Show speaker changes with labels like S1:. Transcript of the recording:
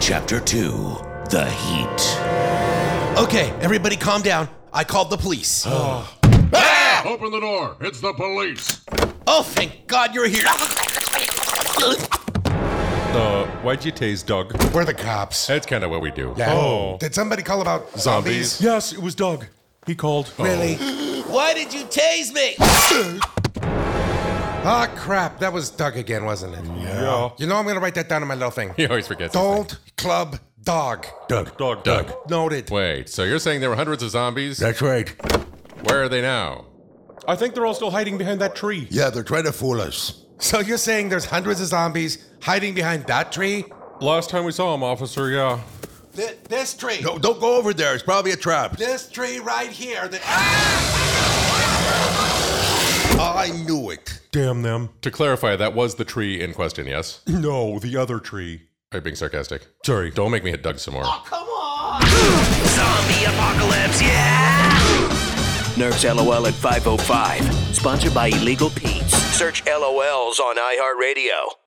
S1: Chapter 2 The Heat.
S2: Okay, everybody calm down. I called the police.
S3: Open the door. It's the police.
S2: Oh, thank God you're here.
S4: Uh, why'd you tase Doug?
S5: We're the cops.
S3: That's kind of what we do.
S5: Yeah.
S4: Oh.
S5: Did somebody call about
S3: Zombies.
S5: zombies?
S4: Yes, it was Doug. He called.
S5: Really?
S2: Why did you tase me?
S5: Ah, crap. That was Doug again, wasn't it? Yeah.
S4: Yeah.
S5: You know, I'm going to write that down in my little thing.
S3: He always forgets. these
S5: Don't club dog.
S4: Doug. Doug. Doug.
S5: Noted.
S3: things. Wait. So you're saying there were hundreds of zombies?
S6: That's right.
S3: Where are they now?
S4: I think they're all still hiding behind that tree.
S6: Yeah, they're trying to fool us.
S5: So you're saying there's hundreds of zombies hiding behind that tree?
S4: Last time we saw him, officer, yeah.
S5: Th- this tree.
S6: No, don't go over there. It's probably a trap.
S5: This tree right here. The-
S6: I knew it.
S4: Damn them.
S3: To clarify, that was the tree in question. Yes.
S4: No, the other tree.
S3: Are you being sarcastic?
S4: Sorry.
S3: Don't make me hit Doug some more.
S7: Zombie apocalypse, yeah! Nerf's LOL at 505. Sponsored by Illegal Pete's. Search LOLs on iHeartRadio.